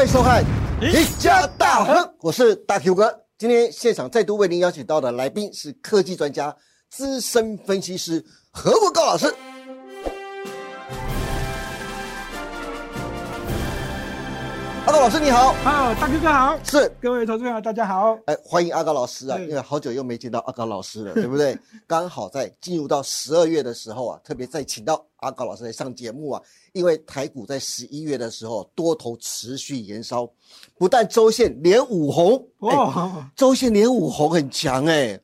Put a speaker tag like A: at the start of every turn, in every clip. A: 迎收看《一家大亨》，我是大 Q 哥。今天现场再度为您邀请到的来宾是科技专家、资深分析师何国高老师。阿高老师你好，
B: 好，啊大哥哥好，
A: 是
B: 各位投资朋友大家好。
A: 哎，欢迎阿高老师啊！
B: 对
A: 因为好久又没见到阿高老师了，对不对？刚好在进入到十二月的时候啊，特别再请到阿高老师来上节目啊，因为台股在十一月的时候多头持续延烧，不但周线连五红，哦，
B: 哦，
A: 周线连五红很强哎、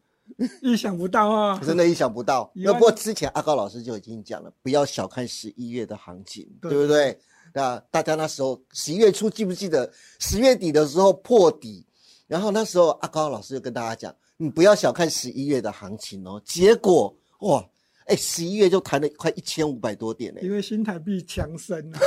B: 意想不到啊！
A: 真的意想不到。
B: 一
A: 那
B: 万
A: 不过之前阿高老师就已经讲了，不要小看十一月的行情，对
B: 对
A: 不对？那大家那时候十一月初记不记得？十月底的时候破底，然后那时候阿高老师就跟大家讲，你不要小看十一月的行情哦。结果哇，哎，十一月就弹了快一千五百多点呢、
B: 因为新台币强升啊，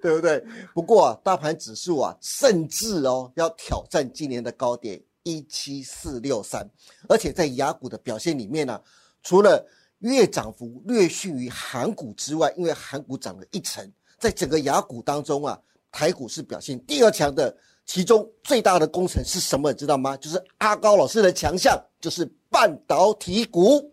A: 对不对？不过啊，大盘指数啊，甚至哦要挑战今年的高点一七四六三，而且在雅股的表现里面呢、除了月涨幅略逊于韩股之外，因为韩股涨了一成，在整个雅股当中啊，台股是表现第二强的。其中最大的功臣是什么？你知道吗？就是阿高老师的强项，就是半导体股。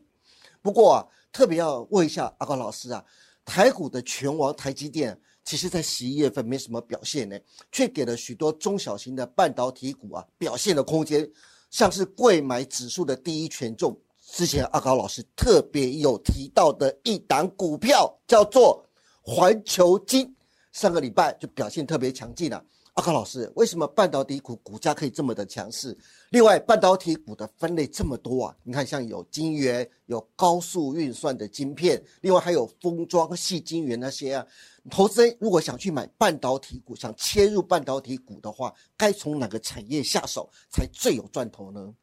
A: 不过啊，特别要问一下阿高老师啊，台股的拳王台积电，其实在十一月份没什么表现呢，却给了许多中小型的半导体股啊表现的空间，像是贵买指数的第一权重。之前阿高老师特别有提到的一档股票叫做环球金，上个礼拜就表现特别强劲了。阿高老师，为什么半导体股股价可以这么的强势？另外，半导体股的分类这么多啊，你看像有晶圆、有高速运算的晶片，另外还有封装、细晶圆那些啊。投资人如果想去买半导体股，想切入半导体股的话，该从哪个产业下手才最有赚头呢？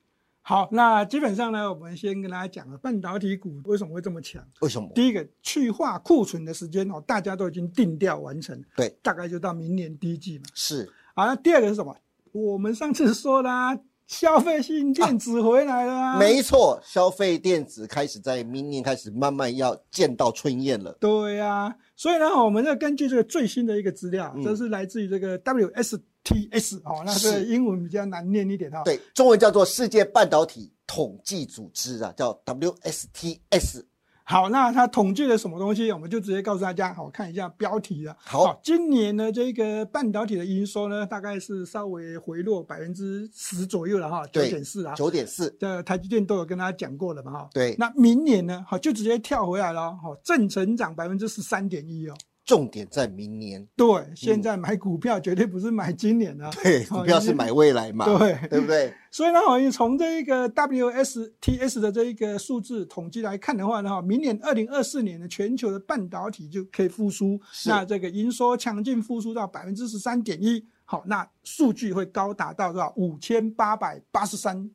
B: 好，那基本上呢，我们先跟大家讲了半导体股为什么会这么强。
A: 为什么？
B: 第一个，去化库存的时间哦，大家都已经定调完成，
A: 对，
B: 大概就到明年第一季嘛。
A: 是
B: 好，那第二个是什么？我们上次说啦，消费性电子回来了、啊
A: 没错，消费电子开始在明年开始慢慢要见到春燕了。
B: 对呀、所以呢，我们要根据这个最新的一个资料，
A: 嗯
B: 这是来自于这个 WSTS 哦，那这个
A: 是
B: 英文比较难念一点哈、哦。
A: 对，中文叫做世界半导体统计组织啊，叫 WSTS。
B: 好，那它统计了什么东西，我们就直接告诉大家。好，看一下标题了。
A: 好
B: 今年呢，这个半导体的营收呢，大概是稍微回落百分之十左右了哈，九
A: 对
B: 点四啊。
A: 九点四，
B: 这台积电都有跟大家讲过了嘛哈。
A: 对
B: 那明年呢，好就直接跳回来了哦，好正成长百分之十三点一哦。
A: 重点在明 年。
B: 对，现在买股票绝对不是买今年的、啊。
A: 嗯对，
B: 哦
A: 股票是买未来嘛，
B: 对
A: 对不对？
B: 所以呢，我们从这一个 WSTS 的这一个数字统计来看的话呢，哈，明年二零二四年的全球的半导体就可以复苏，
A: 是
B: 那这个营收强劲复苏到百分之十三点一，好，那数据会高达到多少？五千八百八十三，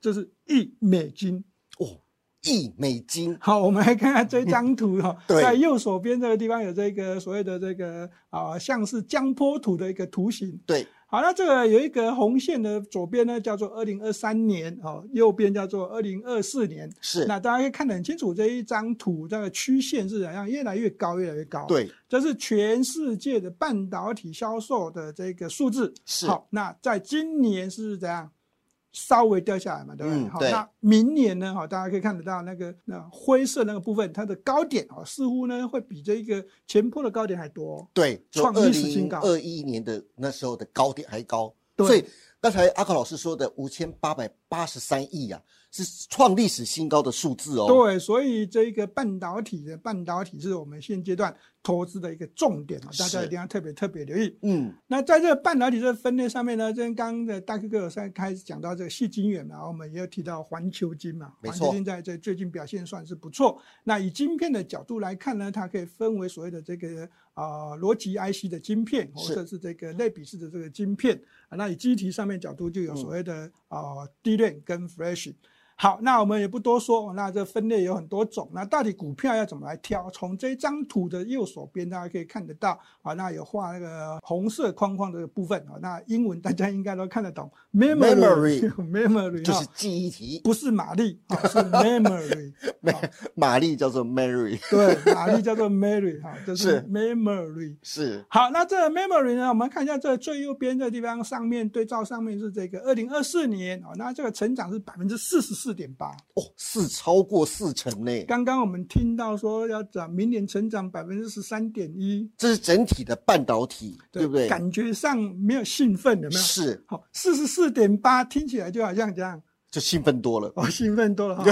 B: 这是亿美金。
A: 哦，亿美金，
B: 好，我们来看看这张图哈、
A: 对
B: 在右手边这个地方有这个所谓的这个啊、像是江坡图的一个图形。
A: 对，
B: 好，那这个有一个红线的左边呢，叫做二零二三年哦，右边叫做二零二四年。
A: 是，
B: 那大家可以看得很清楚，这一张图这个曲线是怎样越来越高，越来越高。，
A: 对，
B: 这是全世界的半导体销售的这个数字。
A: 是
B: 好，那在今年是怎样？稍微掉下来嘛，对不对？
A: 嗯
B: 好，
A: 对
B: 那明年呢？好，大家可以看得到那个那灰色那个部分，它的高点哦，似乎呢会比这个前坡的高点还多哦、
A: 对，就
B: 创
A: 二
B: 历史新
A: 零
B: 高
A: 二一年的那时候的高点还高，
B: 对
A: 所以刚才阿克老师说的五千八百八十三亿啊，是创历史新高的数字哦。，
B: 对，所以这个半导体的半导体是我们现阶段投资的一个重点啊，大家
A: 是
B: 一定要特别特别留意。
A: 嗯，
B: 那在这个半导体这个分类上面呢，这刚刚的大哥哥有在开始讲到这个细晶圆嘛，我们也有提到环球晶嘛，
A: 没
B: 环
A: 错
B: 球晶在这最近表现算是不错。那以晶片的角度来看呢，它可以分为所谓的这个啊逻辑 IC 的晶片，
A: 是
B: 或者是这个类比式的
A: 嗯
B: 这个晶片。啊那以机体上面角度就有所谓的啊 DRAM 呃跟 Flash。好，那我们也不多说，哦那这分类有很多种，那到底股票要怎么来挑？从这张图的右手边，大家可以看得到啊，那有画那个红色框框的部分啊，那英文大家应该都看得懂
A: Memory
B: memory，memory
A: 就是记忆题。
B: 不是玛丽啊，是 memory，
A: 玛玛丽叫做 Mary，
B: 对，玛丽叫做 Mary 哈，就是是 memory。
A: 是
B: 好，那这个 memory 呢？我们看一下这最右边这地方上面对照上面是这个二零二四年哦，那这个成长是百分之四十四点八。
A: 哦，是超过四成呢。
B: 刚刚我们听到说要涨，明年成长百分之十三点一，
A: 这是整体的半导体，对不对？
B: 感觉上没有兴奋，有没有？
A: 是，
B: 好，四十四点八听起来就好像这样。
A: 就兴奋多了。
B: 哦，兴奋多了哈。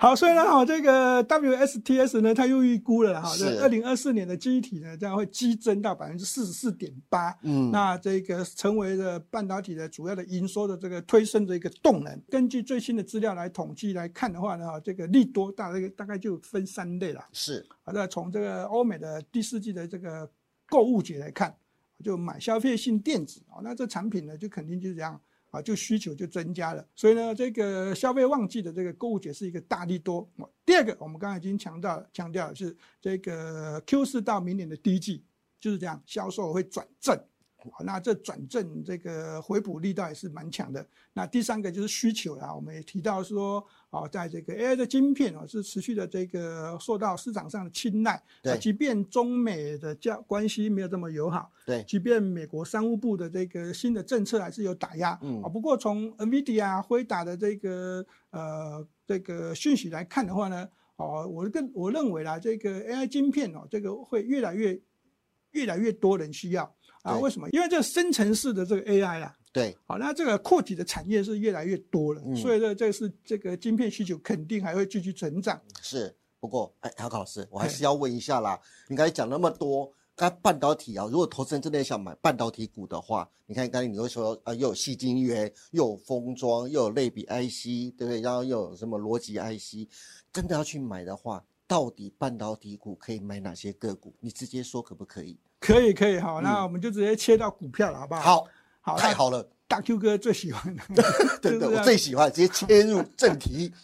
B: 好，所以呢，哈，这个 WSTS 呢，它又预估了哈，
A: 是
B: 这二零二四年的机体呢，这样会激增到百分之四十四点八。
A: 嗯，
B: 那这个成为了半导体的主要的营收的这个推升的一个动能。根据最新的资料来统计来看的话呢，哈这个利多大概大概就分三类了。
A: 是
B: 好，那从这个欧美的第四季的这个购物节来看，就买消费性电子啊，那这产品呢就肯定就是这样啊，就需求就增加了。所以呢，这个消费旺季的这个购物节是一个大利多。哦第二个，我们刚才已经强调强调的是这个 Q 四到明年的第一季就是这样，销售会转正。好，那这转正这个回补力道也是蛮强的。那第三个就是需求啦，我们也提到说，哦，在这个 AI 的晶片哦是持续的这个受到市场上的青睐。
A: 对
B: 啊即便中美的交关系没有这么友好，
A: 对，
B: 即便美国商务部的这个新的政策还是有打压，
A: 嗯
B: 啊，不过从 NVIDIA 啊辉达的这个呃这个讯息来看的话呢，哦，我更我认为啦，这个 AI 晶片哦，这个会越来越越来越多人需要啊，
A: 对
B: 为什么？因为这个深层次的这个 AI 啊，
A: 对，
B: 好，那这个扩体的产业是越来越多了，
A: 嗯
B: 所以呢，这是这个晶片需求肯定还会继续成长。
A: 是。不过，哎，姚老师，我还
B: 嘿
A: 是要问一下啦。你刚才讲那么多，刚才半导体啊，如果投资人真的想买半导体股的话，你看刚才你又说，呃，又有细晶圆，又有封装，又有类比 IC，对不对？然后又有什么逻辑 IC，真的要去买的话，到底半导体股可以买哪些个股？你直接说可不可以？
B: 可以可以，好，
A: 嗯
B: 那我们就直接切到股票了，好不好？，
A: 好，
B: 好，
A: 太
B: 那
A: 好了，，
B: 大 Q 哥最喜欢的
A: 对
B: 就
A: 对，
B: 是
A: 我
B: 要
A: 最喜欢直接切入正题。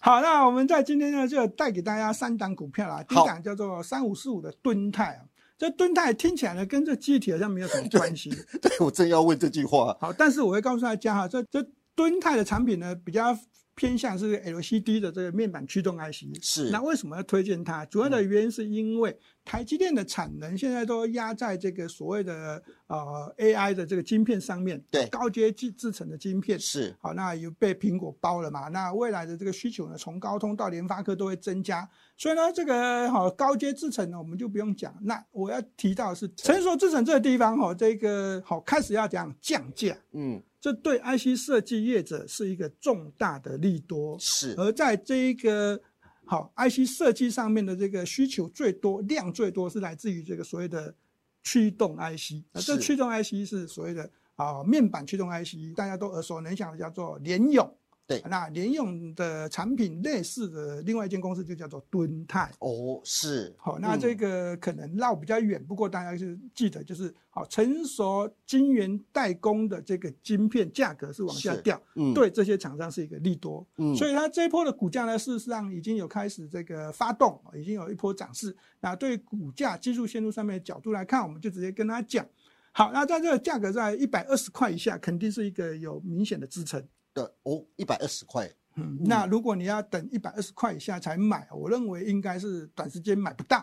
B: 好。那我们在今天呢，就带给大家三档股票啦。第一
A: 好
B: 档叫做三五四五的敦泰啊，这敦泰听起来呢跟这机体好像没有什么 关系。
A: 对我正要问这句话，
B: 好，但是我会告诉大家哈，这这敦泰的产品呢比较偏向是 LCD 的这个面板驱动 IC。
A: 是
B: 那为什么要推荐它？主要的原因是因为台积电的产能现在都压在这个所谓的呃 AI 的这个晶片上面，
A: 对
B: 高阶制制成的晶片。
A: 是
B: 好，那有被苹果包了嘛？那未来的这个需求呢，从高通到联发科都会增加，所以呢，这个好、高阶制程呢，我们就不用讲。那我要提到的是成熟制程这个地方哈、哦，这个好、开始要讲降价，
A: 嗯
B: 这对 IC 设计业者是一个重大的利多。
A: 是
B: 而在这一个好 IC 设计上面的这个需求最多、量最多是来自于这个所谓的驱动 IC。那这
A: 是
B: 驱动 IC 是所谓的啊、面板驱动 IC，大家都耳熟能详的叫做联咏。
A: 对
B: 那联咏的产品类似的另外一间公司就叫做敦泰。
A: 哦是
B: 好，那这个可能绕比较远，不过大家是记得，就是好成熟晶圆代工的这个晶片价格是往下
A: 是
B: 掉，
A: 嗯
B: 对这些厂商是一个利多。
A: 嗯
B: 所以它这一波的股价呢，事实上已经有开始这个发动，已经有一波涨势。那对股价技术线路上面的角度来看，我们就直接跟他讲，好，那在这个价格在一百二十块以下，肯定是一个有明显的支撑。
A: 的哦一百二十块
B: 嗯，那如果你要等一百二十块以下才买，我认为应该是短时间买不到，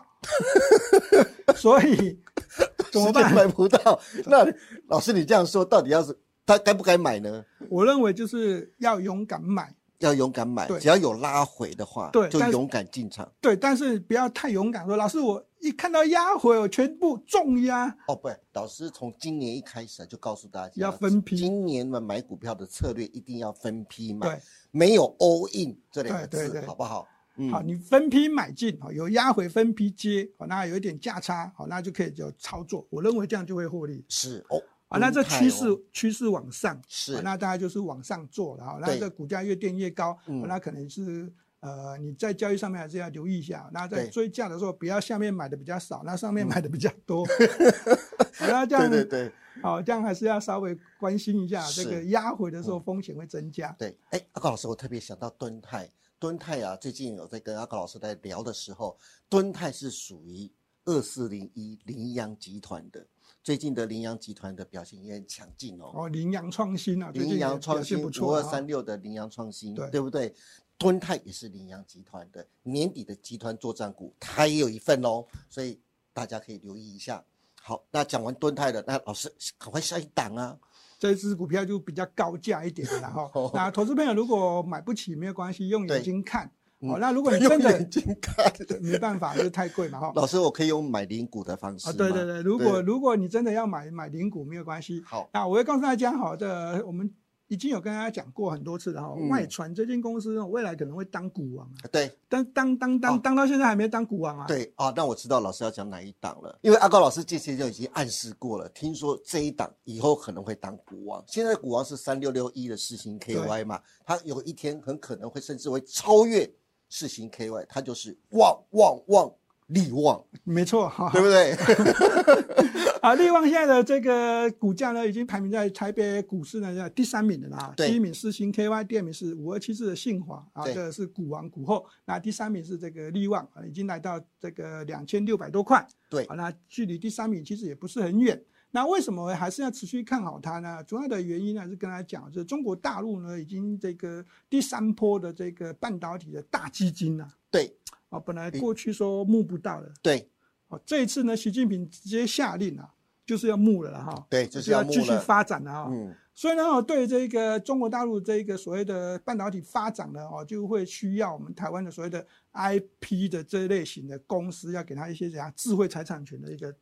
B: 所以怎么
A: 时间
B: 办？
A: 买不 到。那老师你这样说，到底要是他该不该买呢？
B: 我认为就是要勇敢买，
A: 要勇敢买，
B: 对
A: 只要有拉回的话，
B: 对
A: 就
B: 但是
A: 勇敢进场。
B: 对，但是不要太勇敢说，老师我一看到压回，我全部重压。
A: 哦，不，老师从今年一开始就告诉大家，
B: 要分批
A: 今年嘛，买股票的策略一定要分批买，
B: 对，
A: 没有 all in 这两个
B: 对对
A: 字，
B: 对
A: 好不好？嗯
B: 好，你分批买进，好有压回分批接，好那有一点价差，好那就可以有操作。我认为这样就会获利。
A: 是哦。
B: 啊，那这
A: 明太
B: 趋
A: 哦
B: 势趋势往上，
A: 是
B: 啊那大概就是往上做了哈。那
A: 对
B: 这股价越垫越高，
A: 嗯
B: 啊那可能是呃你在交易上面还是要留意一下。那在
A: 对嗯
B: 追价的时候，不要下面买的比较少，那上面买的比较多。好那这
A: 对
B: 样
A: 对对，
B: 好，这样还是要稍微关心一下，这个压回的时候
A: 嗯
B: 风险会增加。
A: 对，哎，阿高老师，我特别想到敦泰，敦泰啊，最近有在跟阿高老师在聊的时候，敦泰是属于二四零一羚羊集团的，最近的羚羊集团的表现也很强劲哦。
B: 哦，羚羊创新啊，最近
A: 羚
B: 也
A: 羊
B: 表
A: 创
B: 现
A: 新
B: 不
A: 五
B: 错
A: 二
B: 啊
A: 三。六的羚羊创新，
B: 对
A: 对不对？敦泰也是羚羊集团的年底的集团作战股，它也有一份哦，所以大家可以留意一下。好，那讲完敦泰了，那老师赶快下一档啊！
B: 这只股票就比较高价一点了哈
A: 哦。
B: 那投资朋友如果买不起没有关系，用
A: 对
B: 眼睛看。
A: 嗯
B: 哦，那如果 你
A: 用
B: 真的
A: 眼睛看，
B: 对没办法，就太贵嘛哈。
A: 老师，我可以用买零股的方式
B: 啊，
A: 吗？
B: 对对对，如果
A: 对
B: 如果你真的要买买零股没有关系。
A: 好，
B: 那我会告诉大家，好的，我们已经有跟大家讲过很多次了哈。
A: 嗯
B: 外传这间公司哦未来可能会当股王啊，
A: 对
B: 但当当当
A: 哦
B: 当到现在还没当股王啊。
A: 对啊，那我知道老师要讲哪一档了，因为阿高老师这些就已经暗示过了，听说这一档以后可能会当股王。现在的股王是三六六一的世行 KY 嘛，它有一天很可能会甚至会超越世行 KY，它就是旺旺旺利旺，
B: 没错哈
A: 对。不对？
B: 啊，力旺现在的这个股价呢，已经排名在台北股市呢在第三名的啦啊。
A: 对
B: 第一名是新 KY，第二名是五二七四的信华啊，
A: 对
B: 这个是股王股后。那第三名是这个力旺啊，已经来到这个两千六百多块。
A: 对
B: 好，那距离第三名其实也不是很远。那为什么还是要持续看好它呢？主要的原因呢是跟大家讲，就是中国大陆呢已经这个第三波的这个半导体的大基金啊，
A: 对
B: 啊，本来
A: 嗯
B: 过去说募不到的，
A: 对
B: 哦，这一次呢，习近平直接下令啊，就是要募了了哈，
A: 对，就是
B: 要
A: 要
B: 继
A: 木
B: 续
A: 了，
B: 发展了哈。
A: 嗯，
B: 所以呢，哦对这个中国大陆这个所谓的半导体发展呢，哦，就会需要我们台湾的所谓的 IP 的这类型的公司，要给它一些怎样智慧财产权的一个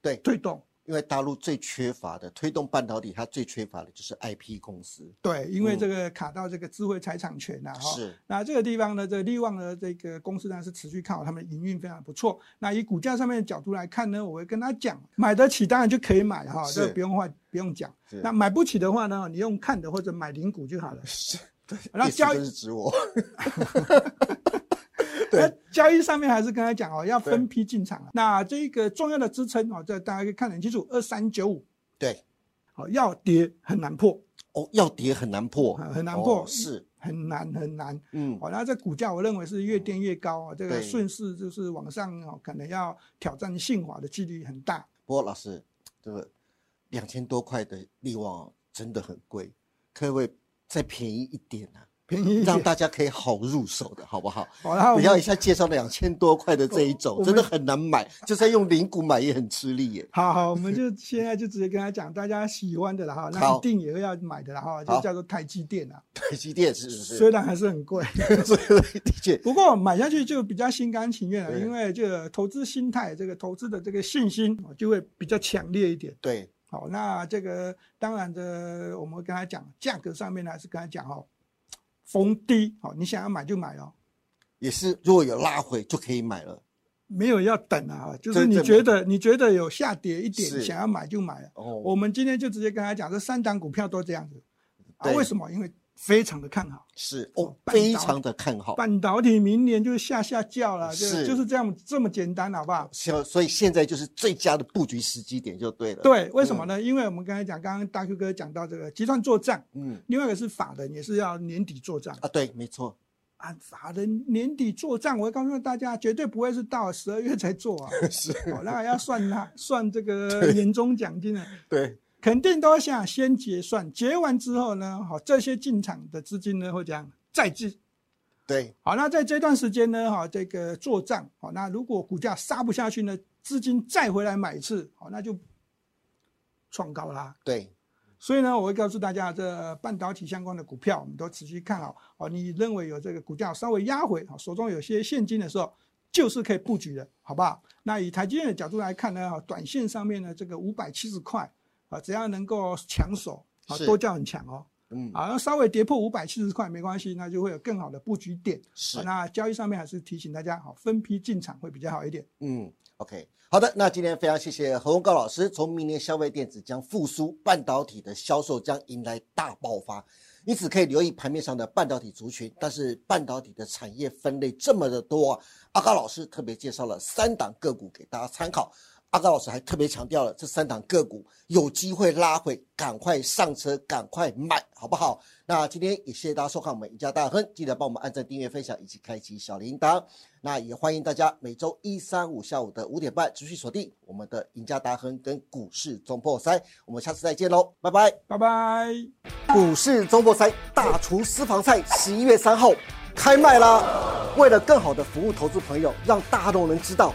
A: 对
B: 推动。
A: 因为大陆最缺乏的推动半导体，它最缺乏的就是 IP 公司，
B: 对，因为
A: 嗯
B: 这个卡到这个智慧财产权呐、啊，哈、
A: 是
B: 那这个地方呢，这力旺的这个公司呢是持续看好他们的营运非常不错。那以股价上面的角度来看呢，我会跟他讲，买得起当然就可以买哈，
A: 是
B: 这个不用话不用讲。
A: 是
B: 那买不起的话呢，你用看的或者买零股就好了。
A: 是，
B: 那
A: 意思
B: 交易
A: 就是指我，对
B: 那呃交易上面还是跟他讲哦，要分批进场啊。那这个重要的支撑哦，这大家可以看得很清楚，二三九五，
A: 对。
B: 好要跌很难破，
A: 哦，要跌很难破，
B: 很很难破
A: 哦是，
B: 很难很难。
A: 嗯，
B: 哦，那这股价我认为是越垫越高啊、这个
A: 对
B: 顺势就是往上哦，可能要挑战信华的几率很大。
A: 不过老师，这个两千多块的利旺哦真的很贵，可不可以再便宜一点啊？
B: 便宜一
A: 让
B: 点。
A: 大家可以好入手的好不好？
B: 好，然后我
A: 不要一
B: 们
A: 下介绍两千多块的这一
B: 我
A: 种，
B: 们
A: 真的很难买，就算用零股买也很吃力耶。
B: 好好，我们就现在就直接跟他讲，大家喜欢的了哈，那
A: 好
B: 一定也会要买的了哈，就
A: 好
B: 叫做台积电啊，
A: 台积电是不
B: 虽
A: 是？
B: 然还是很贵，
A: 所以的确，
B: 不过买下去就比较心甘情愿了，
A: 对
B: 因为这个投资心态、这个投资的这个信心哦就会比较强烈一点。
A: 对，
B: 好，那这个当然的，我们跟他讲价格上面呢，还是跟他讲哦，逢低哦，你想要买就买哦，
A: 也是如果有拉回就可以买了。
B: 没有要等啊，就
A: 这
B: 是你
A: 这
B: 觉得你觉得有下跌一点，
A: 是
B: 想要买就买了。
A: 哦，
B: 我们今天就直接跟他讲，这三档股票都这样子啊？
A: 对
B: 为什么？因为非常的看好
A: 是哦，
B: 半导
A: 非常的看好。
B: 半导体，明年就下下轿了，就是就是这样这么简单，好不好？
A: 所以所以现在就是最佳的布局时机点就对了。，
B: 对，为什么呢？因为我们刚才讲，刚刚大 Q 哥讲到这个集团作战，
A: 嗯
B: 另外一个是法人，也是要年底作战
A: 啊，对，没错。
B: 啊。法人年底作战，我会告诉大家，绝对不会是到十二月才做 啊，
A: 是，
B: 哦，那还要算他算这个
A: 对
B: 年终奖金呢。
A: 对，
B: 肯定都想先结算，结完之后呢，好，这些进场的资金呢会怎样再进？
A: 对，
B: 好，那在这段时间呢，哈，这个做账，好，那如果股价杀不下去呢，资金再回来买一次，好，那就创高啦。
A: 对，
B: 所以呢，我会告诉大家，这半导体相关的股票，我们都持续看好。哦，你认为有这个股价稍微压回，哦，手中有些现金的时候，就是可以布局的，好不好？那以台积电的角度来看呢，哦短线上面呢，这个五百七十块，啊，只要能够抢手，啊，
A: 是
B: 多叫很强哦。
A: 嗯，
B: 啊，那稍微跌破五百七十块没关系，那就会有更好的布局点。
A: 是
B: 啊，那交易上面还是提醒大家，好，哦分批进场会比较好一点。
A: 嗯，OK，好的，那今天非常谢谢何文高老师。从明年消费电子将复苏，半导体的销售将迎来大爆发。因此可以留意盘面上的半导体族群，但是半导体的产业分类这么的多啊，阿高老师特别介绍了三档个股给大家参考。阿高老师还特别强调了这三档个股有机会拉回，赶快上车，赶快买，好不好？那今天也谢谢大家收看我们赢家大亨，记得帮我们按赞、订阅、分享以及开启小铃铛。那也欢迎大家每周一、三、五下午的五点半持续锁定我们的赢家大亨跟股市中破塞，我们下次再见喽，拜拜。
B: 拜拜。
A: 股市周末赛大厨私房菜十一月三号开卖啦！为了更好的服务投资朋友，让大众能知道